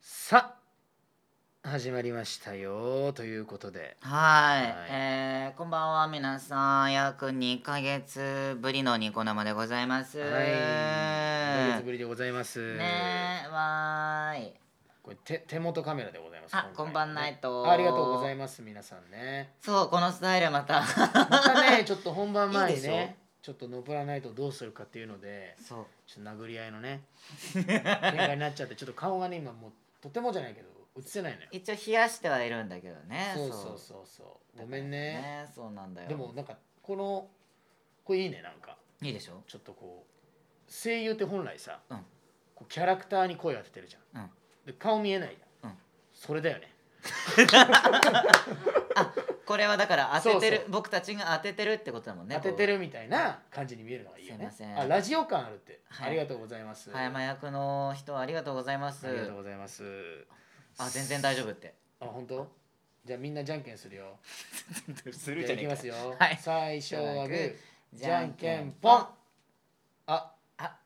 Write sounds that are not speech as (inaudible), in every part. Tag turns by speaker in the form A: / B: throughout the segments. A: さあ始まりましたよということで
B: はい、
A: はい
B: えーこんばんは皆さん約2ヶ月ぶりのニコ生でございます
A: はい2ヶ月ぶりでございます、
B: ねえわーい
A: これ手手元カメラでございます
B: あ
A: 今回
B: こんばんないと
A: あありがとうございます皆さん
B: (laughs)
A: ね
B: そうこのスタイルまた
A: またねちょっと本番前に
B: いいでし
A: ねちょっとノプラナイトどうするかっていうので
B: そう
A: ちょっと殴り合いのね喧嘩になっちゃってちょっと顔がね今もうとてもじゃないけど映せないのよ
B: (laughs) 一応冷やしてはいるんだけどね
A: そうそうそうそうごめん
B: だから
A: ね
B: ねそうなんだよ
A: でもなんかこのこれいいねなんか
B: いいでしょ
A: ちょっとこう声優って本来さ、
B: うん
A: こうキャラクターに声当ててるじゃん、
B: うん
A: で顔見えないじゃん、
B: うん
A: それだよね
B: これはだから当ててる
A: そうそう
B: 僕たちが当ててるってことだもんね
A: 当ててるみたいな感じに見えるのがいいよね
B: すいません
A: あラジオ感あるって、
B: はい
A: ありがとうございます、
B: 葉山役の人ありがとうございます
A: ありがとうございます
B: あ全然大丈
A: (laughs)
B: 夫って
A: あ本当じゃあみんなじゃんけんするよ
B: す
A: じゃあいきますよ、
B: はい
A: 最初はグーじ
B: じ
A: ゃ
B: ゃ
A: ん
B: ん
A: け
B: け
A: ん
B: ん
A: ぽ
B: ぽ
A: ん
B: ん
A: あ
B: あ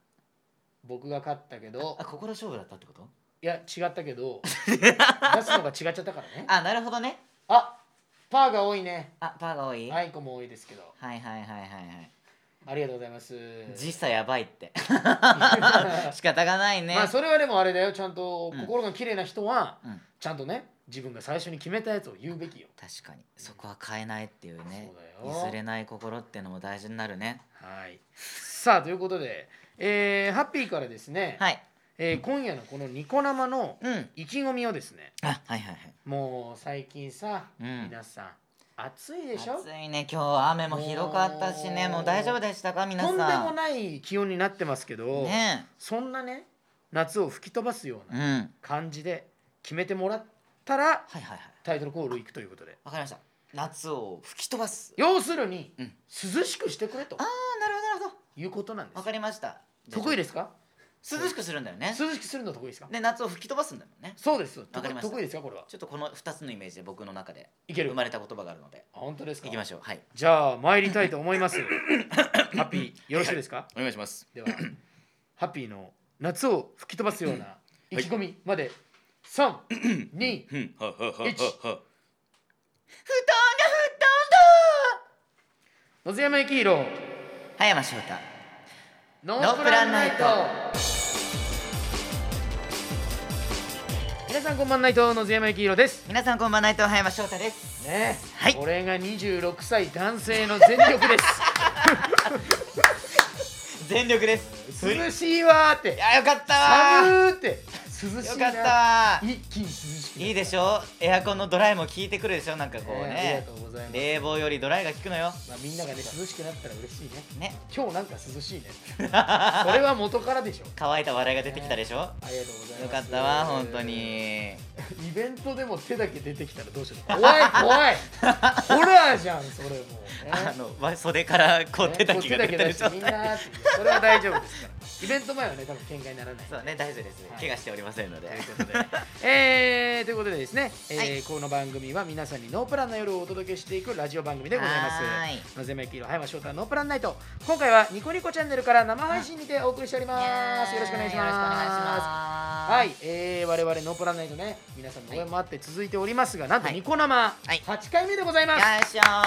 A: 僕が勝ったけど
B: あ心勝負だったってこと
A: いや違ったけど出すのが違っちゃったからね
B: あなるほどね
A: あパーが多いね
B: あパーが多い、
A: アイコも多いですけど
B: はいはいはいはいはい
A: ありがとうございます
B: (laughs) 時差やばいって仕方がないね、
A: まあそれはでもあれだよちゃんと
B: うん
A: 心が綺麗な人は
B: うん、
A: ちゃんとね自分が最初に決めたやつを言うべきよ
B: 確かにそこは変えないっていうね
A: そうだよ
B: 譲れない心ってのも大事になるね
A: はいさあということで、えーハッピーからですね、
B: はい
A: えー今夜のこのニコ生の
B: うん
A: 意気込みをですね
B: あはいはいはい
A: もう最近さ、
B: うん
A: 皆さん暑いでしょ
B: 暑いね今日は雨もひどかったしね
A: もう
B: もう大丈夫でしたか皆さ
A: と
B: ん
A: んでもない気温になってますけど、
B: ね
A: そんなね夏を吹き飛ばすよう
B: えうん
A: な
B: はい
A: 感じで決めてもらったら
B: はいはい
A: タイトルコール行くということで
B: わかりました夏を吹き飛ばす
A: 要するに、
B: うん
A: 涼しくしてくれと
B: ああなるほどなるほ
A: いうことなんで
B: どわ
A: す
B: かりました
A: 得意
B: で
A: ですか
B: 涼しくするんだよね
A: 涼しくするの得意ですか
B: で夏を吹き飛ばすんだもんね
A: そうです
B: かりました
A: 得意ですかこれは
B: ちょっとこの2つのイメージで僕の中で
A: いける
B: 生まれた言葉があるので
A: あ本当ですか
B: いきましょうはい
A: じゃあ参りたいと思います
B: (laughs)
A: ハッピーよろしいですか
B: お願いします
A: ではハッピーの夏を吹き飛ばすような意気込みまで321
B: (clears throat) うんははは
A: は
B: はは
A: 布団が布団だ野津山幸宏
B: 葉山翔太
A: ノ
B: ープランナイト
A: 皆さんこんばんないと野津山幸宏です
B: 皆さんこんばんは内藤葉山翔太です
A: ね
B: はい
A: これが26歳男性の全力です
B: 全力 (laughs) ですい
A: 涼しいわーって
B: やよかったわ
A: 寒ーって涼
B: ー
A: し
B: よ
A: いな
B: かったわー
A: 一気に涼しくなる
B: いいでしょエアコンのドライも効いてくるでしょなんかこう
A: ねあり
B: ね
A: がとうございます
B: 冷房よりドライが効くのよ
A: まあ、みんながね涼しくなったら嬉しいね
B: ね
A: 今日なんか涼
B: (laughs)
A: しいねそれは元からでしょ
B: 乾いた笑いが出てきたでしょよ
A: ありがとうございます
B: かったわ本当に
A: イベントでも手だけ出てきたらどうしよう怖い怖
B: (laughs)
A: いホラーじゃんそれもう、ね
B: あのわ袖からこう手だけが出た
A: ね
B: り
A: こ
B: し
A: う手だけ出してみんなーっていうそれは大丈夫ですからイベント前はね多分喧嘩にならない
B: そうね、大丈夫です。
A: はい
B: 怪我しておりませんので。
A: ということで、 (laughs) えーということでですね、えー
B: はい
A: この番組は皆さんにノープランな夜をお届けしていくラジオ番組でございま
B: はーい
A: す。のぜめきいろ葉山翔太ノープランナイト。今回はニコニコチャンネルから生配信にてお送りしております。よろしくお願いします。
B: よろくお願いします
A: はい、えー、我々ノープランナイトね、皆さんの応援もあって続いておりますが、なんと
B: はい
A: ニコ生
B: い
A: 8回目でございます。
B: よいしょー、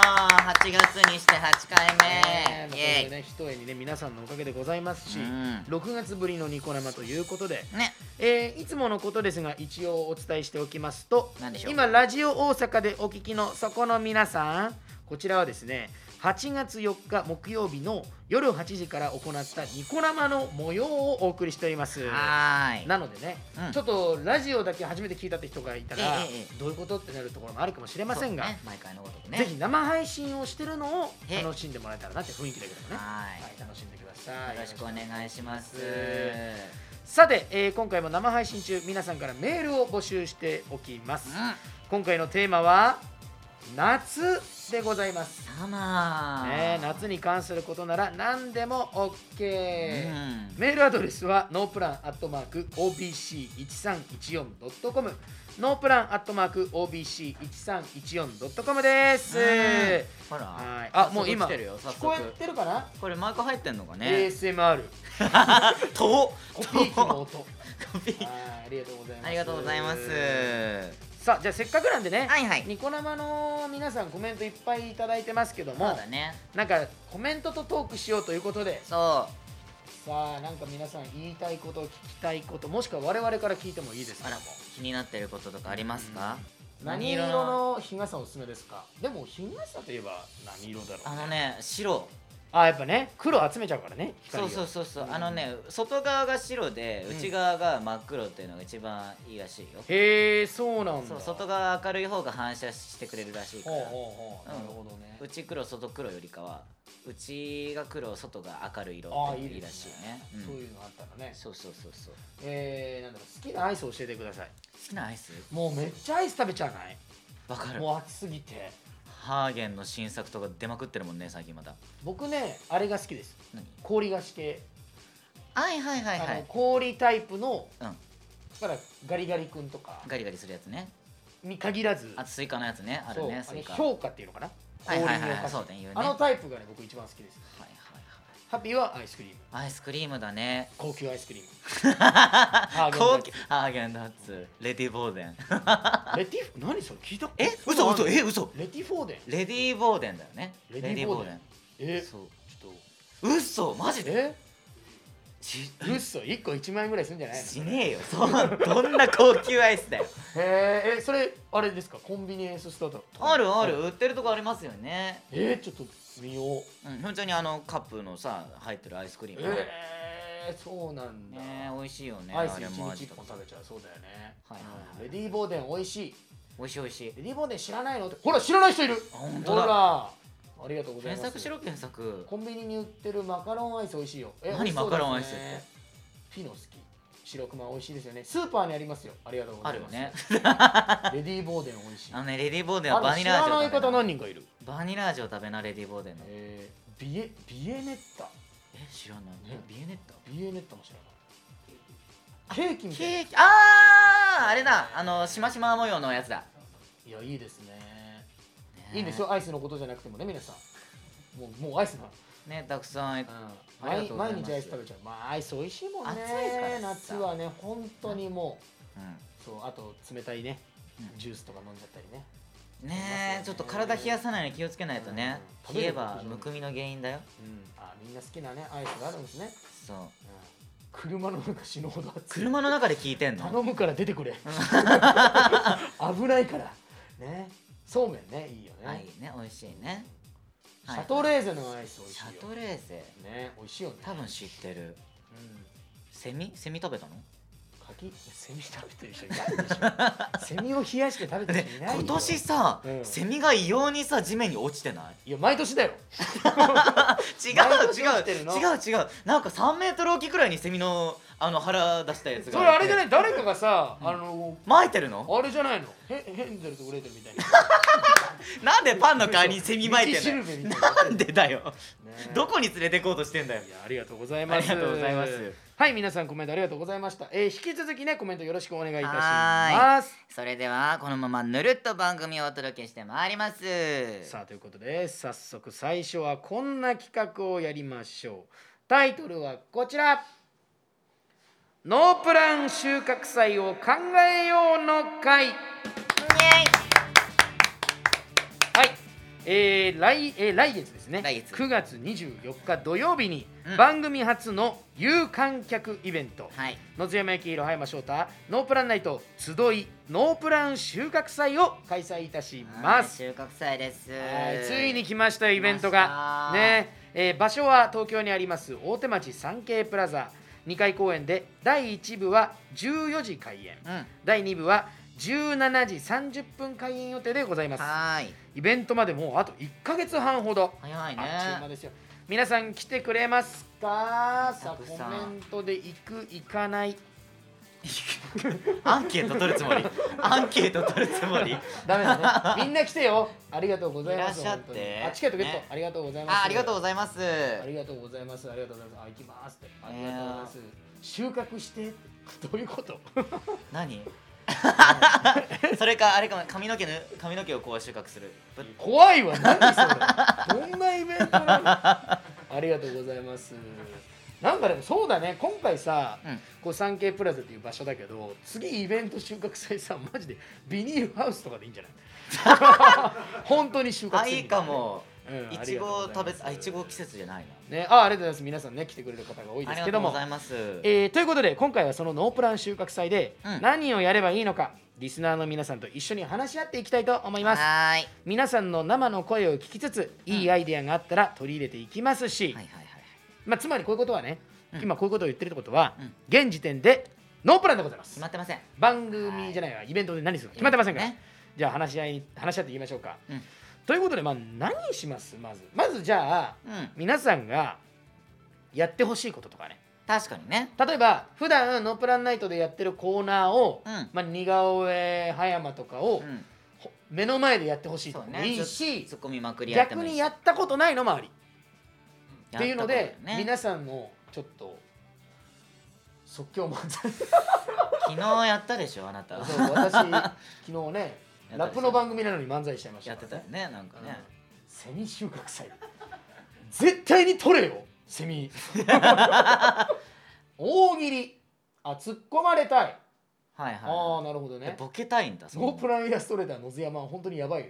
B: 8月にして8回
A: ねえまあ
B: 目。
A: こ
B: イ
A: れ
B: エ
A: でね、一重にね皆さんのおかげでございますし、
B: うん
A: 6月ぶりのニコ生ということで、
B: イ。ね、
A: えーいつものことですが一応お伝えしておきますと
B: 何でしょう
A: 今ラジオ大阪でお聞きのそこの皆さんこちらはですね8月4日木曜日の夜8時から行ったニコ生の模様をお送りしております
B: はーい。
A: なのでね、
B: うん
A: ちょっとラジオだけ初めて聞いたって人がいたら、
B: ええええ
A: どういうことってなるところもあるかもしれませんが、
B: そうね毎回のごとくね。
A: ぜひ生配信をしてるのを
B: ええ
A: 楽しんでもらえたらなって雰囲気だけどもね、は、
B: はいー
A: 楽しんでください
B: い。よろしくお願いします。
A: さて、えー今回も生配信中皆さんからメールを募集しておきます、
B: う
A: 今回のテーマは夏でございます。
B: サマ
A: ね、
B: ー。
A: 夏に関することなら何でも OK、
B: うん。
A: メールアドレスは noplan.obc1314.com noplan.obc1314.com です、
B: うんほら。
A: はいあもう今
B: 早速来てるよ早
A: 聞こえ
B: 速。
A: てるかな、
B: これマイク入ってんのかね。
A: ASMR
B: と。 (laughs)
A: コピー機の音
B: コピー。
A: はいありがとうございます
B: ありがとうございます。
A: さあじゃあせっかくなんでね、
B: はいはい。
A: ニコ生の皆さんコメントいっぱいいただいてますけど
B: そう
A: も、
B: だね。
A: なんかコメントとトークしようということで
B: そう。
A: さあなんか皆さん言いたいこと聞きたいこともしくは我々から聞いてもいいです
B: あら気になってることとかありますか、
A: 何色の日傘おすすめですかでも日傘といえば何色だろう
B: あのね白
A: あやっぱね黒集めちゃうからね光
B: そ
A: を
B: うそうそうそう、
A: うん
B: あのね外側が白で
A: うん
B: 内側が真っ黒っていうのが一番いいらしいよ、
A: へえそうなんだ
B: そう外側明るい方が反射してくれるらしいか
A: ほう
B: ら
A: ほうほう、
B: うん
A: なるほどね
B: 内黒外黒よりかは内が黒外が明るい色
A: あ
B: っ
A: あ
B: て
A: い
B: い
A: い
B: いい
A: で
B: らし
A: す
B: い
A: ね
B: よねうん
A: そういうのあったらね
B: そうそうそうそう
A: えー、なんだろう好きなアイス教えてください
B: 好きなアイス
A: もうめっちゃアイス食べちゃわない
B: わかる
A: もう暑すぎて
B: ハーゲンの新作とか出まくってるもんね最近また
A: 僕ねあれが好きです
B: 何
A: 氷菓子系
B: はいはいはいは
A: あの
B: い
A: 氷タイプの、
B: うん
A: だからガリガリ君とか
B: ガリガリするやつね
A: に限らず
B: あとスイカのやつねあるね
A: そ
B: ス
A: う
B: イカ
A: あの評価っていうのかな
B: はいはい
A: 氷のお
B: は
A: 菓
B: い
A: 子
B: そうね言うね
A: あの
B: はい
A: タイプがね僕一番好きです
B: はい
A: ハッピーはアイスクリーム
B: はいアイスクリームだね
A: 高級アイスクリーム (laughs) ーゲンダッ
B: 高
A: ツ
B: 級ハーゲンダッツレディボーデン
A: レティフ何それ聞いたこと
B: え嘘嘘
A: え
B: え嘘
A: レティフォーデン
B: レディーボーデンだよね
A: レ
B: レ
A: デ
B: デ
A: ィ
B: ィ
A: ー
B: ー
A: ボ
B: ボ
A: ー
B: ー
A: デ
B: デ
A: ン
B: ン
A: え
B: そう
A: ちょっ
B: 嘘マ
A: と
B: ジで
A: え
B: し
A: うっそ1個1万円ぐらいするんじゃないの
B: しねえよそんなどんな高級アイスだよ
A: へーえそれあれですかコンビニエンスストアとか
B: あるある売ってるとこありますよね
A: えー、ちょっと見よう
B: うん本当にあのカップのさ入ってるアイスクリームね
A: えー、そうなんだ、
B: え美味しいよね
A: アイス
B: あれ
A: 1
B: も
A: 日
B: 味
A: 1
B: と
A: 本
B: か
A: 食べちゃうそうだよね、
B: はいはいは
A: う
B: い
A: んレディーボーデン美味しい
B: 美味しい美味しい
A: レディーボーデン知らないのってほら知らない人いる
B: あ本
A: ほ
B: 当
A: ら
B: だ
A: ありがとうございます
B: 検索しろ検索
A: コンビニに売ってるマカロンアイス美味しいよえ
B: 何
A: 美味しそうですね
B: マカロンアイスって
A: ピノ好き白熊美味しいですよねスーパーにありますよありがとうござ
B: ある
A: い
B: よ
A: ます
B: ね
A: レディーボーデン美味しい
B: あのね、レディーボーデン
A: あ
B: は
A: の
B: バニラ
A: 知ら
B: 味を
A: ない
B: 食べ
A: 方
B: な
A: 何人かいる
B: バニラ味を食べなレディーボーデンのえ
A: えー、ビエビエネッタ
B: 知らない
A: ね
B: ビエネット
A: ビエネッタも知らないケーキみたい
B: ケーキあーあれだあのしましま模様のやつだ、
A: ないやいいですね
B: ね
A: いいんですよ、アイスのことじゃなくてもね、皆さん。もうもうアイスなの、
B: ねたくさん
A: うん毎
B: ありがとうございま
A: 毎
B: す
A: 日アイス食べちゃう。まあ、アイス美味しいもんね。
B: 暑いからさ
A: 夏はね、本当にも
B: う
A: う、そう、あと冷たいね
B: う、ん
A: ジュースとか飲んじゃったりね。
B: んねえちょっと体冷やさないように気をつけないとね
A: うん
B: 冷えばむくみの原因だよ
A: うん、あみんな好きなね、アイスがあるんですね。
B: そう
A: うん、車の中死ぬほど熱い。
B: 車の中で聞いてんの
A: 頼むから出てくれ。 (laughs) 危ないから。ね。そうめんね、いいよね。
B: はいね美味しいね
A: シ
B: はい
A: ャトレーゼのアイス美味し
B: シ
A: いよ
B: ャ。トレーゼ
A: ね、美味しいよね。
B: 多分知ってる
A: うん
B: セミセミ食べたの
A: 柿セミ食べてる人いないでしょセミを冷やして食べてる人いないよ
B: 今年さ、
A: うん
B: セミが異様にさ地面に落ちてない
A: いや毎年だよ
B: 違う
A: 毎年
B: 違
A: 落ちてるの
B: う違う違うなんか3メートル大きくらいにセミのあの腹出したやつが
A: それあれじゃ
B: い
A: ない誰かがさ、
B: うん
A: あの
B: 巻いてるの
A: あれじゃないのヘヘンゼルとグレーテルみ
B: (laughs)
A: たいな
B: なんでパンの皮にセミ巻いて
A: 道
B: ん
A: しる
B: の
A: べみたいな
B: なんでだよ
A: ね
B: どこに連れてこうとしてんだよ
A: いやありがとうございます
B: ありがとうございます
A: はい皆さんコメントありがとうございました、えー、引き続きねコメントよろしくお願いいたします
B: それではこのままぬるっと番組をお届けしてまいります
A: さあということで早速最初はこんな企画をやりましょうタイトルはこちら「ノープラン収穫祭を考えようの会」はい、えー来えー来月ですね
B: 来月
A: 9月24日土曜日に
B: うん
A: 番組初の有観客イベント、
B: はい
A: 野津山駅広葉山翔太ノープランナイト集いノープラン収穫祭を開催いたします
B: 収穫祭です
A: はいついに来ましたよイベントが
B: 来ました
A: ね、えー場所は東京にあります大手町サンケイプラザ2階公演で第1部は14時開演
B: うんは
A: 第2部は17時30分開演予定でございます
B: ーい
A: イベントまでもうあと1ヶ月半ほど
B: 早いね
A: あっちゅう間ですよ皆さん来てくれますかさあ
B: た
A: コ
B: く
A: メ
B: さん
A: ントで行く行かない
B: アンケート取るつもりアンケート取る
A: (laughs)
B: つもり
A: ダメだ (laughs) ねみんな来てよありがとうございます
B: いらっしゃって
A: 本当にあチケットゲット、
B: ね
A: ありがとうございます
B: あありがとうございます
A: ありがとうございますありがとうございますあ行きますってありがとうございます、収穫して (laughs) どういうこと (laughs)
B: 何それかあれかも髪の毛の髪の毛をこう収穫するぶ
A: 怖いわ何そ (laughs) れどんなイベントなのありがとうございますなんかでもそうだね今回さ、
B: うん
A: こうサンケイプラザっていう場所だけど次イベント収穫祭さマジでビニールハウスとかでいいんじゃない (laughs) 本当に収穫
B: あ
A: するみたいない
B: いかも
A: うん
B: いちごを食べ
A: あ
B: あ
A: り
B: い
A: が
B: ち
A: とう
B: ご季節じゃない
A: ご
B: な
A: ざいますねあありがとうございます皆さんね来てくれる方が多いで
B: あ
A: す
B: り
A: け
B: がと
A: ど
B: うご
A: も
B: ざいます
A: えーということで今回はそのノープラン収穫祭で
B: うん
A: 何をやればいいのか、リスナーの皆さんと一緒に話し合っていきたいと思います
B: はーい
A: 皆さんの生の声を聞きつついいアイデアがあったら取り入れていきますし、
B: はいはいはいはい
A: まあ、つまりこういうことはね、
B: うん
A: 今こういうことを言ってるってことは、
B: うん
A: 現時点でノープランでございます
B: 決まってません
A: 番組じゃないわイベントで何するか決まってませんから、
B: ね
A: じゃあ話し合い話し合っていきましょうか、
B: うん
A: ということでまあ何しますまずまずじゃあ
B: うん
A: 皆さんがやってほしいこととかね
B: 確かにね
A: 例えば普段ノープランナイトでやってるコーナーを、
B: うん
A: まあ、似顔絵葉山とかを、
B: うん
A: ほ目の前でやってほしいと
B: そ
A: か
B: う
A: も
B: ね
A: いい
B: ツ
A: し、
B: ッツッコミまくりやって
A: 逆
B: もいい
A: に
B: し
A: やったことないのもありっていうので、
B: やったことだよね
A: 皆さんのちょっと即興漫
B: (laughs)
A: 才
B: 昨日やったでしょあなた
A: そう私昨日ね
B: やったでしょ
A: ラップの番組なのに漫才しちゃいました
B: やってたよねなんか
A: ね
B: ね
A: セミ収穫祭絶対に取れよセ
B: (laughs)
A: ミ大喜利あ突っ込まれたい、
B: はい
A: あ
B: は
A: あなるほど
B: いで
A: ね
B: ボケたいんだそ
A: ノー
B: の
A: プランイラストレーター野津山は本当にやばいよ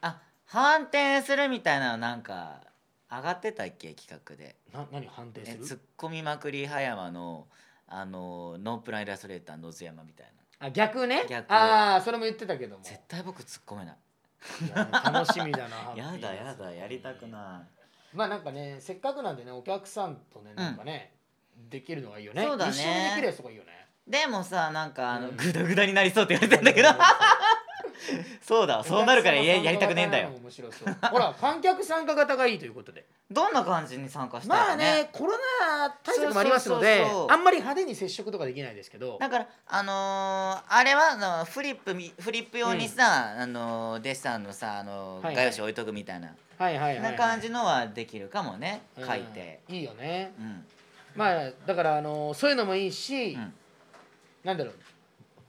B: あ反転するみたいなのなんか上がってたっけ企画で
A: な何判定
B: え
A: す
B: ツッ
A: る
B: コミまくり葉山のあのノープランイラストレーター野津山みたいな
A: あ逆ね
B: 逆
A: ああそれも言ってたけども
B: 絶対僕突っ込めない
A: いや楽しみだな
B: (laughs) やだやだやりたくな
A: まあなんかねせっかくなんでねお客さんとねなんかね、できるのがいいよね
B: そうだね
A: 一緒にできるやつとかいいよ
B: (laughs)
A: ね
B: いでもさなんかあの
A: うん
B: グダグダになりそうって言われてんだけど (laughs) そうだそうなるからや
A: お客様
B: やりたくねえんだよ
A: 参加型のも面白そうほら観客参加型がいいということで
B: どんな感じに参加したい
A: ま
B: か
A: あねコロナ対策もありますの
B: そ
A: で
B: うそうそうそう
A: あんまり派手に接触とかできないですけど
B: だからあのーあれはあのフリップみフリップ用にさ、あのーデッサンのさあのー
A: はいはい
B: 画用紙置いとくみたいな、
A: はいはいはい、はい、
B: な感じのはできるかもね、
A: うん
B: 書いて、
A: いいよね
B: うん
A: まあだからあのそういうのもいいし、
B: うん
A: なんだろう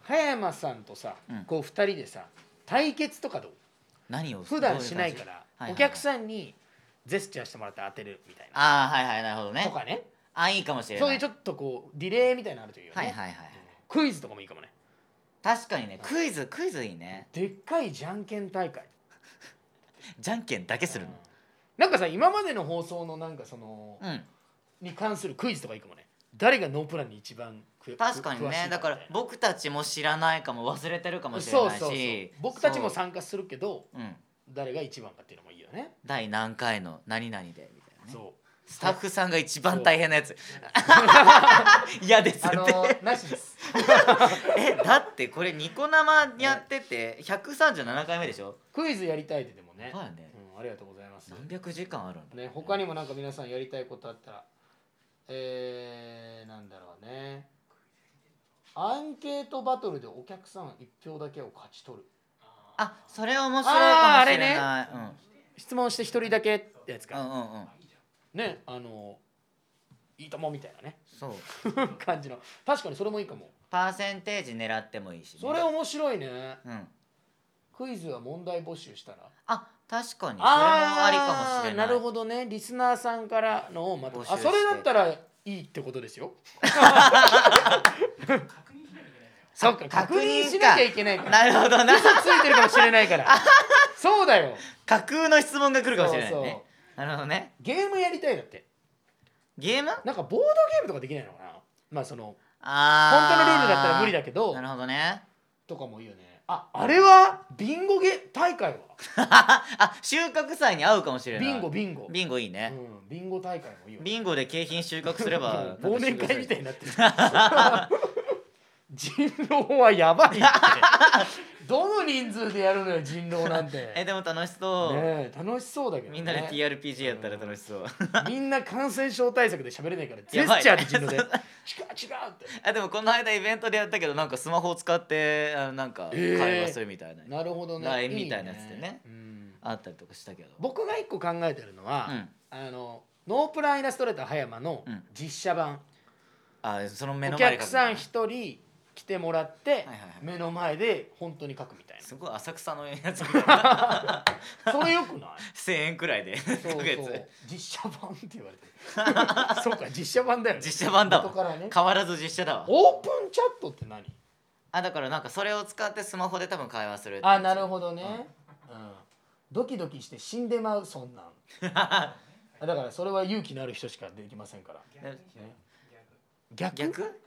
A: 葉山さんとさ、
B: うん
A: こう二人でさ対決とかどう
B: 何を
A: 普段しないから、
B: はいはいはい
A: お客さんにジェスチャーしてもらって当てるみたいな
B: ああーはいはいなるほどね
A: とかね
B: あいいかもしれない
A: そういうちょっとこうディレイみたいなのあるというよね、
B: はいはいはいはい
A: クイズとかもいいかもね
B: 確かにねクイズクイズいいね
A: でっかいじゃんけん大会
B: じゃんけんだけするの
A: なんかさ今までの放送のなんかその、
B: うん、
A: に関するクイズとかいいかもね誰がノープランに一番く
B: 確かに
A: 詳しい
B: ねだから
A: みたいな
B: 僕たちも知らないかも忘れてるかもしれ
A: そう
B: ないし
A: そうそう僕たちも
B: そう
A: 参加するけど
B: うん
A: 誰が一番かっていうのもいいよね
B: 第何回の何々でみたいなね
A: (laughs) そう
B: スタッフさんが一番大変なやつ嫌ですって、
A: なしです
B: えだってこれニコ生やってて137回目でしょ
A: クイズやりたいってでもね、
B: そうだよね
A: うん、ありがとうございます
B: 何百時間あるんだ
A: ね他にもなんか皆さんやりたいことあったらえー、なんだろうねアンケートバトルでお客さん1票だけを勝ち取る
B: あそれ面白いかもしれない
A: あ質問して1人だけってやつ
B: うん、う
A: か、
B: んうんうん
A: ねあのいいともみたいなね (laughs)
B: そう
A: 感じの確かにそれもいいかも
B: パーセンテージ狙ってもいいしね、
A: それ面白いね
B: うん
A: クイズは問題募集したら
B: あ確かにそれもありかもしれな
A: あー
B: い
A: るほどねリスナーさんからのをまた
B: 募集
A: あ
B: して
A: それだったらいいってことですよそっか確認しなきゃいけないから
B: なるほどな
A: 嘘ついてるかもしれないからそうだよ
B: 架空の質問が来るかもしれないね
A: そうそう
B: なるほどね
A: ゲームやりたいだって
B: ゲーム
A: なんかボードゲームとかできないのかなまあその本
B: あ
A: 当
B: ー
A: のルールだったら無理だけど
B: なるほどね (laughs)
A: とかもいいよねああれはビンゴゲ大会は
B: あ収穫祭に合うかもしれない
A: ビンゴビンゴ
B: ビンゴいいね、
A: うん、ビンゴ大会もいいよね (laughs)
B: ビンゴで景品収穫すれば (laughs)
A: 忘年会みたい
B: い。
A: になってる人狼はやばいってどの人数でやるのよ人狼なんて、
B: (laughs) え
A: ね
B: でも楽しそう、
A: え、楽しそうだけど、ね、
B: みんなで TRPG やったら楽しそう
A: みんな感染症対策で喋れないからジ
B: や
A: ェ
B: ば
A: ス
B: い
A: チャーで人狼
B: (laughs)
A: で違う違うって
B: あでもこの間イベントでやったけどなんかスマホを使ってあのなんか
A: えー
B: 会話するみたいな、
A: なるほどね
B: LINE みたいな
A: ね
B: やつでね
A: うん
B: あったりとかしたけど
A: 僕が一個考えてるのは、
B: うん
A: あのノープランイラストレーター葉山の
B: うん
A: 実写版、
B: あその目
A: お
B: の前で
A: 客
B: 書く
A: さん一人来てもらって、
B: いはいはい
A: 目の前で本当に書くみたい
B: すごい浅草のや
A: (laughs)
B: つ
A: なそれよくない
B: 1000円くらいで (laughs)
A: そうそ
B: 1ヶ月
A: う実写版って言われてる (laughs) そうか実写版だよね
B: 実写版だわ
A: 元からね
B: 変わらず実写だわ
A: オープンチャットって何
B: あだからなんかそれを使ってスマホで多分会話する
A: あなる
B: (laughs) ど
A: ほどね、うん、ドキドキして死んでまうそんなんだからそれは勇気のある人しかできませんから逆
B: 逆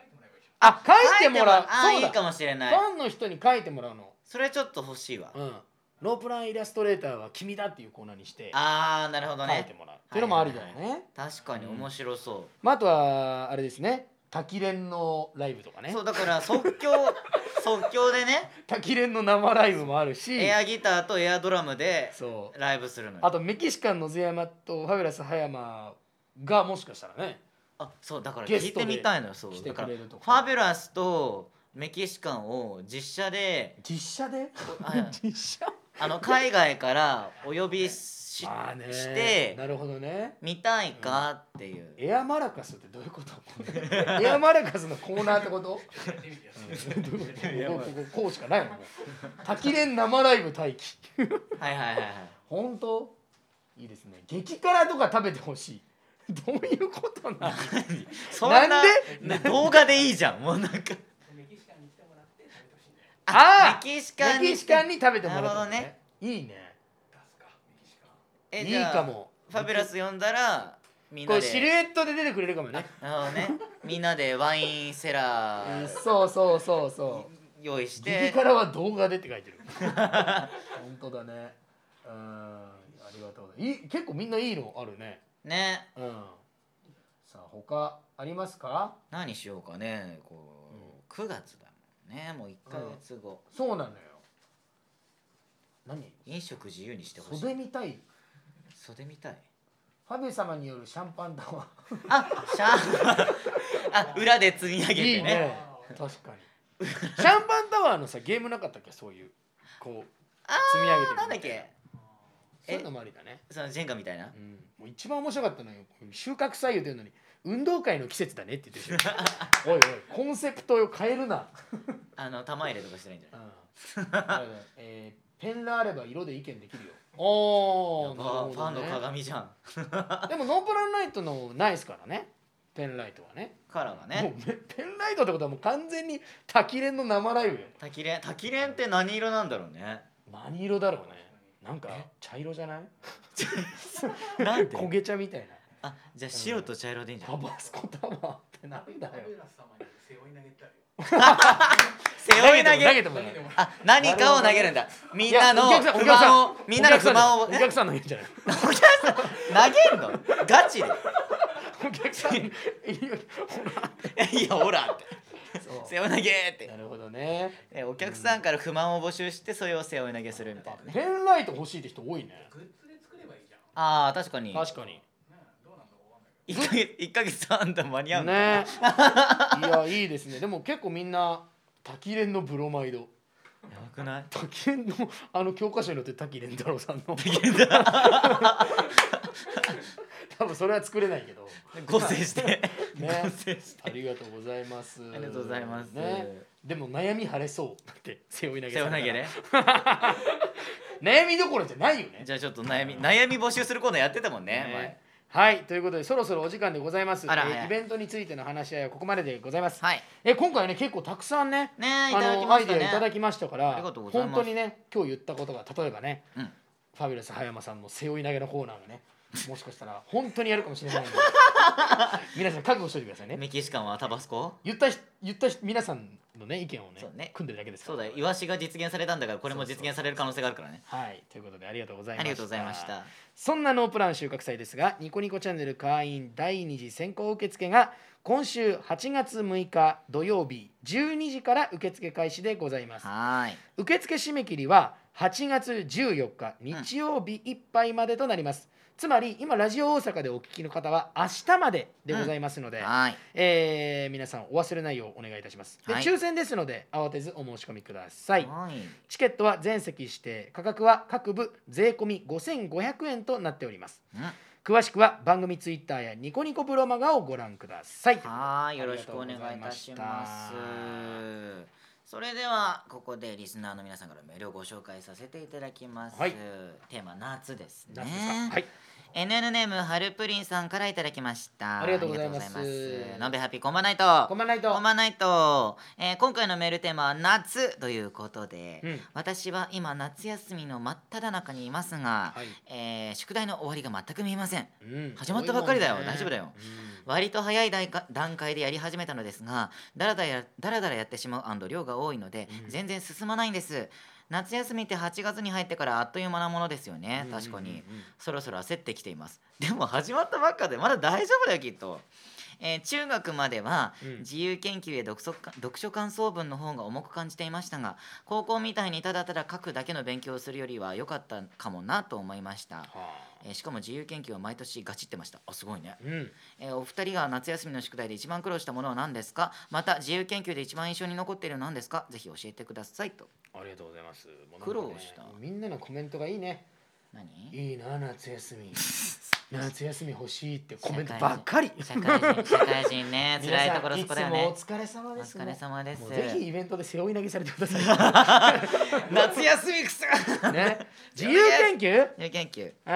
A: あ書いてもらう
B: あ
A: そう
B: い
A: だ
B: いかもしれない
A: ファンの人に書いてもらうの
B: それちょっと欲しいわ
A: うんノープランイラストレーターは君だっていうコーナーにして
B: あーなるほど
A: 書いて
B: ね
A: もらうっていうのもありだよ
B: はい
A: ね
B: 確かに面白そ
A: まああとはあれですね滝連のライブとか
B: う
A: ね
B: そうだから
A: (laughs)
B: 即興即興でね
A: 滝連の生ライブもあるし
B: エアギターとエアドラムで
A: そう
B: ライブするの
A: あ
B: よ
A: とメキシカンのゼヤマとファビュラス葉山がもしかしたらね
B: あそうだから
A: ゲ
B: 聞
A: ス
B: い
A: トで
B: てみたいのよそう
A: 来て
B: だ
A: く
B: から
A: れ
B: フ
A: るとか
B: ァビュラスとメキシカンを実写で
A: 実写で (laughs)
B: あ
A: 実写
B: あの海外からお呼びし
A: まあね
B: して
A: なるほどね
B: 見たいかっていう、
A: エアマラカスってどういうことエアマラカスのコーナーってことうんどういうこと
B: いやまあ
A: こここうしかないもん滝連生ライブ待機
B: はいはいはいはい
A: 本当いいですね激辛とか食べてほしいどういうことなの
B: そんな
A: なんで
B: ね動画でいいじゃんもうなんか
A: あ
B: メキシカ
A: あ
B: ン
A: メ
B: に
A: キシカンに食べてもらう
B: な
A: と
B: るほ
A: か
B: どね
A: いいね
B: え
A: い
B: じ
A: い
B: ゃあ
A: かも
B: ファビュラス呼んだらみん
A: こ
B: な
A: れ
B: で
A: シルエットで出てくれるかもね
B: なるほどねみんなでワインセラ
A: うん
B: ー
A: そうそうそうそう
B: 用意し
A: 激
B: て
A: 辛は動画でって書い
B: (laughs)
A: てる本当だねうんありがとういい結構みんないいのあるね
B: ね
A: うんさあ他ありますか
B: 何しようかねこう、9月だもんねもう1か月後、
A: そうなのよ何
B: 飲食自由にしてほしい
A: 袖みたい
B: 袖みたい
A: ファビュ様によるシャンパンタワ
B: あシャ
A: (laughs)
B: ーあ裏で積み
A: ー
B: 上げてね
A: いいね確かにシャンパンタワーのさゲームなかったっけそういうこう積み上げていく
B: なんだっけ
A: そういうのもありだね
B: そのジェンガみたいな
A: うんもう一番面白かったのよ収穫採用というのに運動会の季節だねって言ってる
B: (laughs)
A: でしょおいおいコンセプトを変えるな、
B: あの玉入れとかしてないんじゃ
A: う
B: ない
A: んえーペンがあれば色で意見できるよお
B: や
A: お、
B: ばファンの
A: ね
B: 鏡じゃん
A: でもノープランライトのないですからねペンライトはね
B: カラーが
A: もう
B: ね
A: めペンライトってことはもう完全に滝連の生ライブよ
B: 滝蓮滝蓮って何色なんだろうね
A: 何色だろうねなんか茶色じゃない
B: なんで
A: 焦げ茶みたいな
B: あじゃあ白と茶色でいいんじゃ
A: タ
B: ん
A: バスコタワーってなんだよ
B: 背負い投
A: 投
B: げ
A: げてもらう
B: あ何かを投げるんだみんないの
A: やお客さん
B: 不満を
A: お客さん
B: みんなの不満を
A: お
B: え
A: 客さんのいいんじゃ
B: (laughs)
A: ない
B: お客さん投げるのガチで
A: お客さんいいよ
B: (laughs) いやほらって
A: そ
B: 背負い投げって
A: うなるほどね
B: えお客さんから不満を募集してそれを背負い投げするみたいなね
A: ペンライト欲しいって人多いね
B: あー確かに
A: 確かに
B: 1か月一ヶ月半だ間に合うの
A: ねいやいいですねでも結構みんな滝連のブロマイド
B: やばくない (laughs)
A: 滝連のあの教科書に載ってる滝連太郎さんの多分それは作れないけど
B: 合成して
A: ね
B: 合成して
A: ありがとうございます
B: ありがとうございます
A: ねでも悩み晴れそうだって (laughs) 背負い投げ
B: 背
A: さ
B: 負
A: れ
B: い
A: たら
B: 投げね
A: 悩みどころじゃないよね
B: じゃあちょっと悩み悩み募集するコーナーやってたもんね
A: ねはいということでそろそろお時間でございます、え
B: あら
A: ー
B: はい
A: イベントについての話し合いはここまででございます、
B: 前はい
A: えー今回はね結構たくさんね
B: ね
A: あ
B: いただき
A: の
B: ま
A: アイ
B: し
A: デ
B: た
A: アいただ
B: ね
A: きましたから
B: ありがとうございます
A: 本当にね今日言ったことが例えばね、
B: うん
A: ファビュラス葉山さんの背負い投げのコーナーがねもしかしたら本当にやるかもしれ
B: (laughs)
A: ないんで皆さん覚悟しておいてくださいね
B: メキシカンはタバスコ
A: 言ったひ言ったひ皆さんのね意見をね
B: そうね
A: 組んでるだけですか
B: そ
A: ら
B: うだよイワシが実現されたんだからこれも実現される可能性があるからね
A: はいということでありがとうございました
B: ありがとうございました
A: そんなノープラン収穫祭ですがニコニコチャンネル会員第2次選考受付が今週8月6日土曜日12時から受付開始でございます
B: はーい
A: 受付締め切りは8月14日日曜日いっぱいまでとなります、つまり今ラジオ大阪でお聞きの方は明日まででございますので、
B: はーい
A: えー皆さんお忘れないようお願いいたしますで、
B: はい
A: 抽選ですので慌てずお申し込みください
B: はーい
A: チケットは全席指定価格は各部税込み5500円となっております
B: うん
A: 詳しくは番組ツイッターやニコニコブロマガをご覧ください
B: はーいよろしくお願いいたします
A: ありがとうございまし
B: それではここでリスナーの皆さんからメールをご紹介させていただきます、
A: はい
B: テーマ夏です
A: たな
B: ね
A: んですかはい
B: NN ネームはるぷりんさんからいただきました
A: ありがとうございます
B: ありがとうございますのんべハッピーこんばんないと
A: こんばんないと
B: こんばんないと、えー今回のメールテーマは夏ということで、
A: うん
B: 私は今夏休みの真っ只中にいますが、
A: はい
B: えー宿題の終わりが全く見えません
A: うん
B: 始まったばっかりだよ
A: 多いもんね
B: 大丈夫だよ
A: うん
B: 割と早い段階段階でやり始めたのですがだらだらやだらだらやってしまう量が多いので、
A: うん
B: 全然進まないんです夏休みって8月に入ってからあっという間なものですよね確かに、
A: うんうんうん
B: そろそろ焦ってきていますでも始まったばっかでまだ大丈夫だよきっと、えー中学までは
A: うん
B: 自由研究や読書か読書感想文の方が重く感じていましたが高校みたいにただただ書くだけの勉強をするよりは良かったかもなと思いました、
A: はあ
B: えーしかも自由研究は毎年ガチってましたあすごいね、
A: うん
B: えーお二人が夏休みの宿題で一番苦労したものは何ですかまた自由研究で一番印象に残っているのは何ですかぜひ教えてくださいと
A: ありがとうございますもうなんかね
B: 苦労した
A: みんなのコメントがいいね
B: 何
A: いいな夏休
B: (laughs)
A: み夏休み欲しいってコメントばっかり
B: 社会人社会人ね
A: (laughs) 皆
B: 辛
A: さん
B: いところそこだよね
A: いつもお疲れ様
B: お
A: です
B: 疲れ様です
A: もうぜ
B: (laughs)
A: ひイベントで背負い投げされてくださ
B: 夏休みくそ (laughs)
A: いね自由研究
B: 自由研究あ違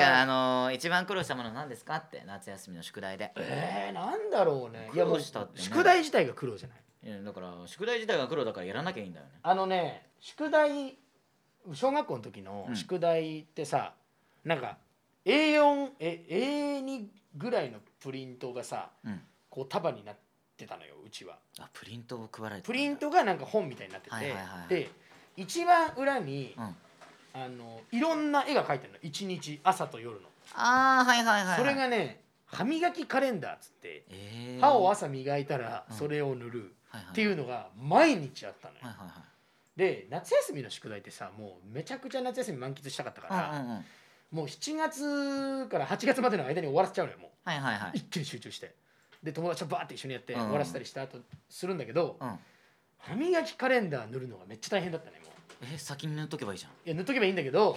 B: うあ
A: あー
B: のー一番苦労したもの何ですかって夏休みの宿題で、
A: えー、なんだろうねいや
B: 苦
A: もう
B: 労したってね
A: 宿題自体が苦労じゃない
B: うんだから宿題自体が苦労だからやらなきゃいいんだよね
A: あのね宿題小学校の時の
B: うん
A: 宿題ってさ、なんか A4 え A2 ぐらいのプリントがさ
B: うん
A: こう束になってたのようちは
B: あプリントを配られて
A: プ
B: たんだ
A: リントがなんか本みたいになってて、
B: はいはいはい
A: で一番裏に、
B: うん
A: あのいろんな絵が描いてるの一日朝と夜の、
B: ああはいはいはいはい
A: それがね歯磨きカレンダーっつって
B: えー
A: 歯を朝磨いたら
B: うん
A: それを塗る
B: はいは
A: っていう
B: の
A: のが毎日あったのよ、
B: はいはいはい
A: で夏休みの宿題ってさもうめちゃくちゃ夏休み満喫したかったから、
B: うんうんうん
A: もう7月から8月までの間に終わらせちゃうのよもう、
B: はいはいはい
A: 一気に集中してで友達とバーって一緒にやって
B: うん
A: 終わらせたりした後するんだけど、
B: うん
A: 歯磨きカレンダー塗るのがめっちゃ大変だったねもう
B: え先に塗っとけばいいじゃん
A: いや塗っとけばいいんだけ
B: (laughs)
A: ど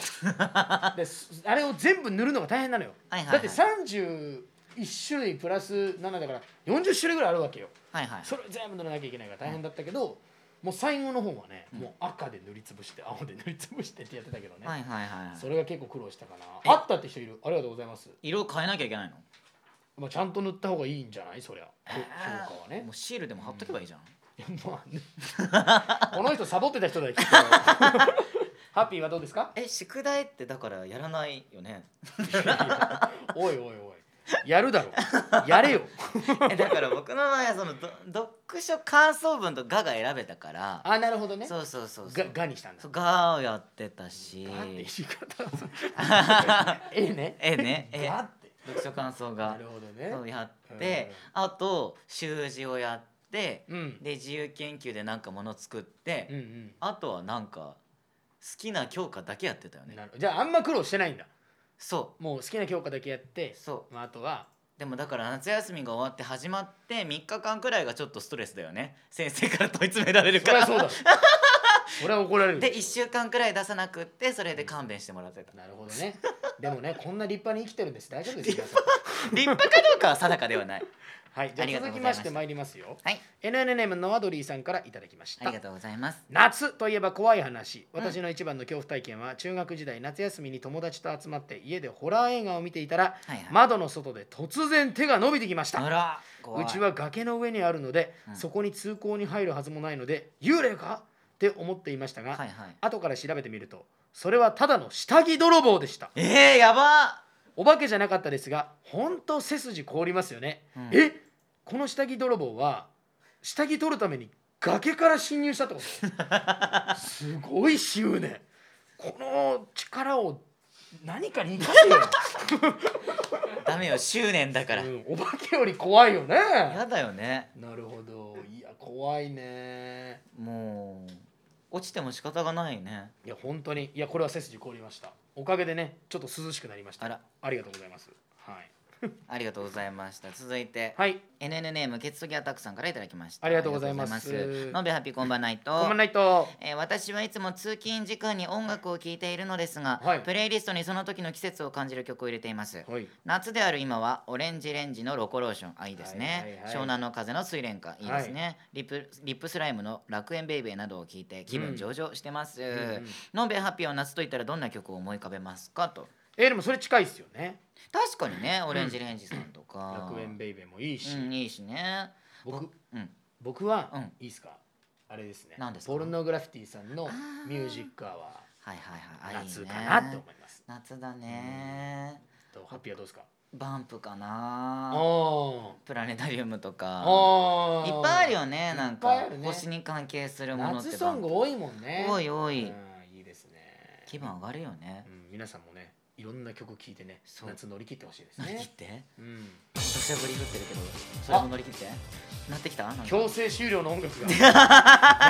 A: ですあれを全部塗るのが大変なのよ、
B: はいは
A: だ
B: いはい
A: って31種類プラス7だから40種類ぐらいあるわけよ
B: はいはい
A: それ全部塗らなきゃいけないから大変だったけど、もう最後の方はね、もう赤で塗りつぶして青で塗りつぶしてってやってたけどね、
B: はいはいはいはい
A: それが結構苦労したか
B: え
A: なあったって人いるありがとうございます、
B: 色変えなきゃいけないの
A: まあ、ちゃんと塗った方がいいんじゃないそりゃ評評価はね
B: もうシールでも貼っとけばいいじゃん、
A: いやまあね (laughs) この人サボってた人だよきっと (laughs) ハッピーはどうですか (laughs)
B: え宿題ってだからやらないよね
A: おいおいおいやるだろやれよ
B: えだから僕の場合はそのど読書感想文と「が」が選べたから
A: あなるほどね
B: そうそうそう
A: が
B: そう
A: がにしたんだ
B: そうがをやってたし
A: がって言い方ええね
B: (laughs) ええねええ
A: がって
B: 読書感想
A: な
B: が
A: るほど
B: そう
A: ね
B: やってあと習字をやって
A: うん
B: で自由研究でなんかもの作って、
A: うんうん
B: あとはなんか好きな教科だけやってたよね
A: なるじゃああんま苦労してないんだ
B: そ
A: もう好きな教科だけやって
B: う、そう
A: まあ、あとは
B: でもだから夏休みが終わって始まって3日間くらいがちょっとストレスだよね先生から問い詰められる
A: そ
B: か
A: りゃ
B: ら
A: そうだろそれは怒られる
B: で1週間くらい出さなくってそれで勘弁してもらってた
A: なるほどねでもねこんな立派に生きてるんです大丈夫です
B: (laughs)
A: よ皆さん
B: 立派かどうかは定かでは
A: (laughs)
B: ない
A: はいじゃ
B: あり
A: あ
B: がとう
A: 続
B: ご
A: きま
B: ざいまし
A: したて参りますよ
B: はい
A: NNNM のアドリーさんからいただきまし
B: あ
A: た
B: りがとうございます
A: 夏といえば怖い話私の一番の恐怖体験は、中学時代夏休みに友達と集まって家でホラー映画を見ていたら、
B: はいはい
A: 窓の外で突然手が伸びてきました
B: あら怖いう
A: ちは崖の上にあるので、
B: うん
A: そこに通行に入るはずもないので幽霊かって思っていましたが、
B: はいはい
A: 後から調べてみるとそれはただの下着泥棒でした
B: えー、やば
A: お化けじゃなかったですが本当背筋凍りますよね、
B: うん
A: えこの下着泥棒は下着取るために崖から侵入したってこと
B: (laughs)
A: すごい執念この力を何かに生かせ
B: (laughs)
A: よ、
B: ダメよ執念だから、
A: うんお化けより怖いよね
B: やだよね
A: なるほどいや怖いね
B: もう落ちても仕方がないね
A: いや本当にいやこれは背筋凍りましたおかげでねちょっと涼しくなりました
B: あら
A: ありがとうございますはい、
B: ありがとうございました続いて、
A: はい、
B: NN ネームケツトギアタクさんからいただきました
A: ありがとうございます
B: ありがとうございますのべハッピーこんばんないと
A: こんばんないと
B: えー私はいつも通勤時間に音楽を聴いているのですが、
A: はい
B: プレイリストにその時の季節を感じる曲を入れています、
A: はい
B: 夏である今はオレンジレンジのロコローションあいいですね、
A: はいはいはい
B: 湘南の風の水蓮花いいですね、リップリップスライムの楽園ベイベーなどを聞いて気分上々してます、
A: ん
B: のんべえハッピーは夏といったらどんな曲を思い浮かべますかと
A: えーでもそれ近いですよね
B: 確かにねオレンジレンジさんとか
A: 楽園ベイベーもいいし、
B: うんいいしね
A: 僕
B: うん
A: 僕は、
B: うん
A: いいですかあれですね
B: 何ですか
A: ポルノグラフィティさんの
B: あー
A: ミュージックアワ
B: はいはいはい
A: ー
B: あいいね
A: 夏かなって思います
B: 夏だね
A: とハッピーはどうですか
B: バンプか
A: あ
B: な
A: ー
B: プラネタリウムとか
A: あ
B: いっ
A: ー
B: ぱいあるよねな
A: い
B: ん
A: っぱい
B: か
A: あるね
B: 星に関係するものって
A: 夏ソング多いもんね
B: 多い多
A: うん
B: い
A: いいですね
B: 気分上がるよね
A: うん、皆さんもねいろんな曲聴いてね
B: そう
A: 夏乗り切ってほしいです
B: 乗り切っ
A: ね、
B: て
A: うん、
B: 私はぶり振ってるけどそれも乗り切ってなってきたなんか
A: 強制終了の音楽
B: (laughs)
A: が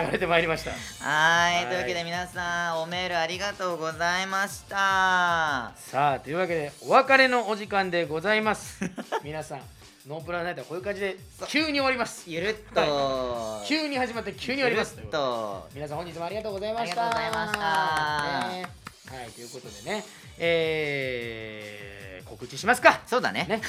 A: 流れてまいりました
B: はー
A: はいい
B: というわけで皆さんおメールありがとうございました
A: さあというわけでお別れのお時間でございます皆さんノープランナイトはこういう感じで急に終わります
B: ゆるっと
A: 急に始まって急に終わります
B: ゆるっと
A: 皆さん本日もありがとうございました
B: ありがとうございました
A: ねはいということでねえー、告知しますか
B: そうだね
A: ね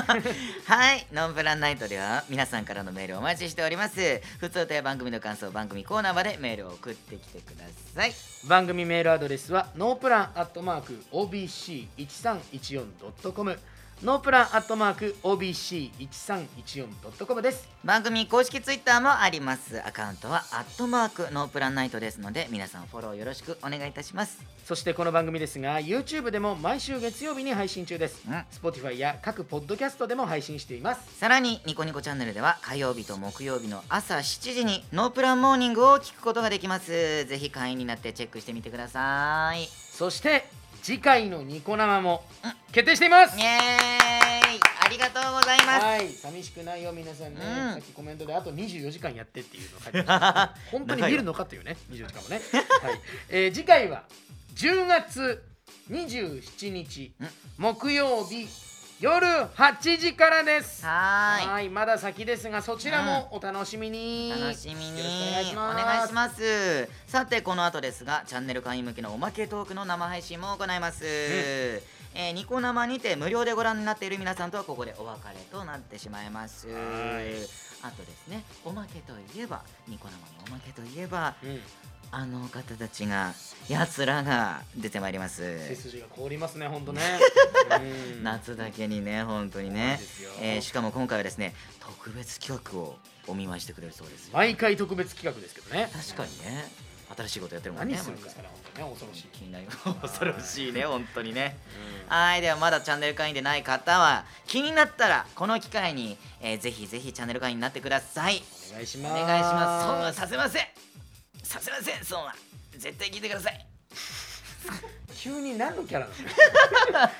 B: (laughs) はい、ノンプランナイトでは皆さんからのメールをお待ちしております。普通とや番組の感想、番組コーナーまでメールを送ってきてください。
A: 番組メールアドレスはノープランアットマーク OBC1314.com ノープランアットマーク OBC1314.com です
B: 番組公式ツイッターもあります。アカウントはアットマークノープランナイトですので、皆さんフォローよろしくお願いいたします。
A: そしてこの番組ですが YouTube でも毎週月曜日に配信中です
B: うん
A: Spotify や各ポッドキャストでも配信しています
B: さらにニコニコチャンネルでは火曜日と木曜日の朝7時にノープランモーニングを聞くことができます。ぜひ会員になってチェックしてみてください。
A: そして次回のニコ生も決定しています
B: イエーイありがとうございます。
A: はい寂しくないよ皆さんね、
B: うん
A: さっきコメントであと24時間やってっていうのを書いて
B: (laughs)
A: ましたけど本当に見るのかというね24時間もね、 (laughs) はいえー次回は10月27日
B: うん
A: 木曜日夜8時からです
B: はーい。
A: まだ先ですがそちらもお楽しみに、
B: 楽しみに
A: よろしくお願いします
B: お願いしますさてこの後ですがチャンネル会員向けのおまけトークの生配信も行います、えーニコ生にて無料でご覧になっている皆さんとはここでお別れとなってしまいます
A: はい
B: あとですねおまけといえばニコ生のおまけといえば
A: うん、
B: あの方たちがやつらが出てまいります
A: 背筋が凍りますね本当
B: (laughs)
A: ね、うん
B: 夏だけにね本当に
A: そうなん
B: ね
A: ですよ、
B: えーしかも今回はですね特別企画をお見舞いしてくれるそうです
A: 毎回特別企画ですけどね
B: 確かにね新しいことやってるもんね
A: 何するんですかね本当ね恐ろしい、
B: 気になります恐ろしいね本当にねはいではまだチャンネル会員でない方は気になったらこの機会に、えーぜひぜひチャンネル会員になってください
A: お願いし
B: お
A: ます
B: 願いします損はさせませんさせません損は絶対聞いてください
A: 急に何のキャラなの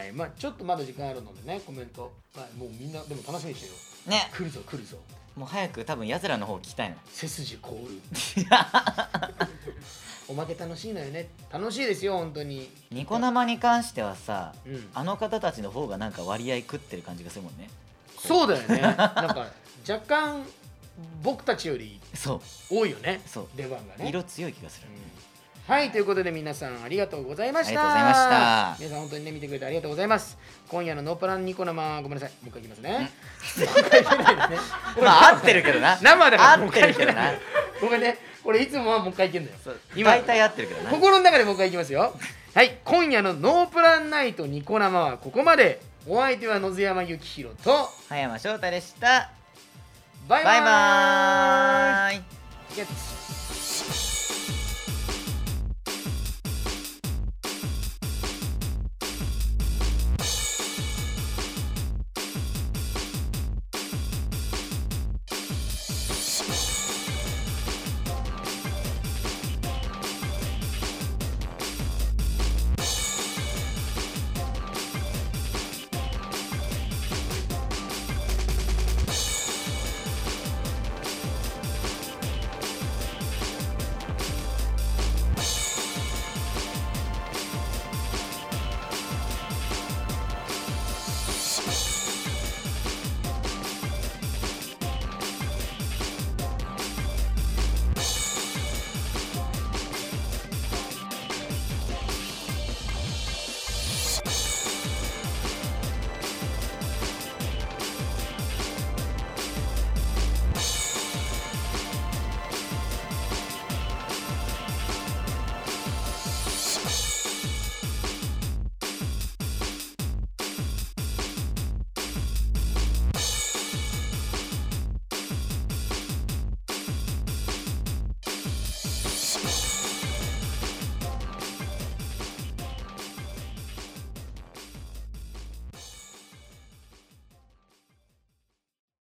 A: (laughs) はいまあちょっとまだ時間あるのでねコメント、はい、もうみんなでも楽しみにしてるよ
B: ね
A: 来るぞ来るぞ
B: もう早く多分やつらの方聞きたいの
A: 背筋凍
B: (laughs)
A: るおまけ楽しいのよね楽しいですよ本当に
B: ニコ生に関してはさ
A: うん
B: あの方たちの方がなんか割合食ってる感じがするもんね
A: そうだよねなんか若干僕たちより
B: そ
A: 多いよね
B: そう
A: 出番が
B: う
A: ね
B: 色強い気がする
A: はいということで皆さんありがとうございました
B: ありがとうございました
A: 皆さん本当にね見てくれてありがとうございます今夜のノープランニコ生ごめんなさいもう一回いきますねもう一回いけないですね
B: まあ合ってるけどな
A: 生で
B: 合ってるけどな
A: ごめんねこれいつもはもう一回いけんだよ今
B: 大体合ってるけどな
A: 心の中でもう一回いきますよはい今夜のノープランナイトニコ生はここまでお相手は野津山幸宏と
B: 葉山翔太でした
A: バイバ
B: バイ
A: イ
B: バーイ
A: ゲッツ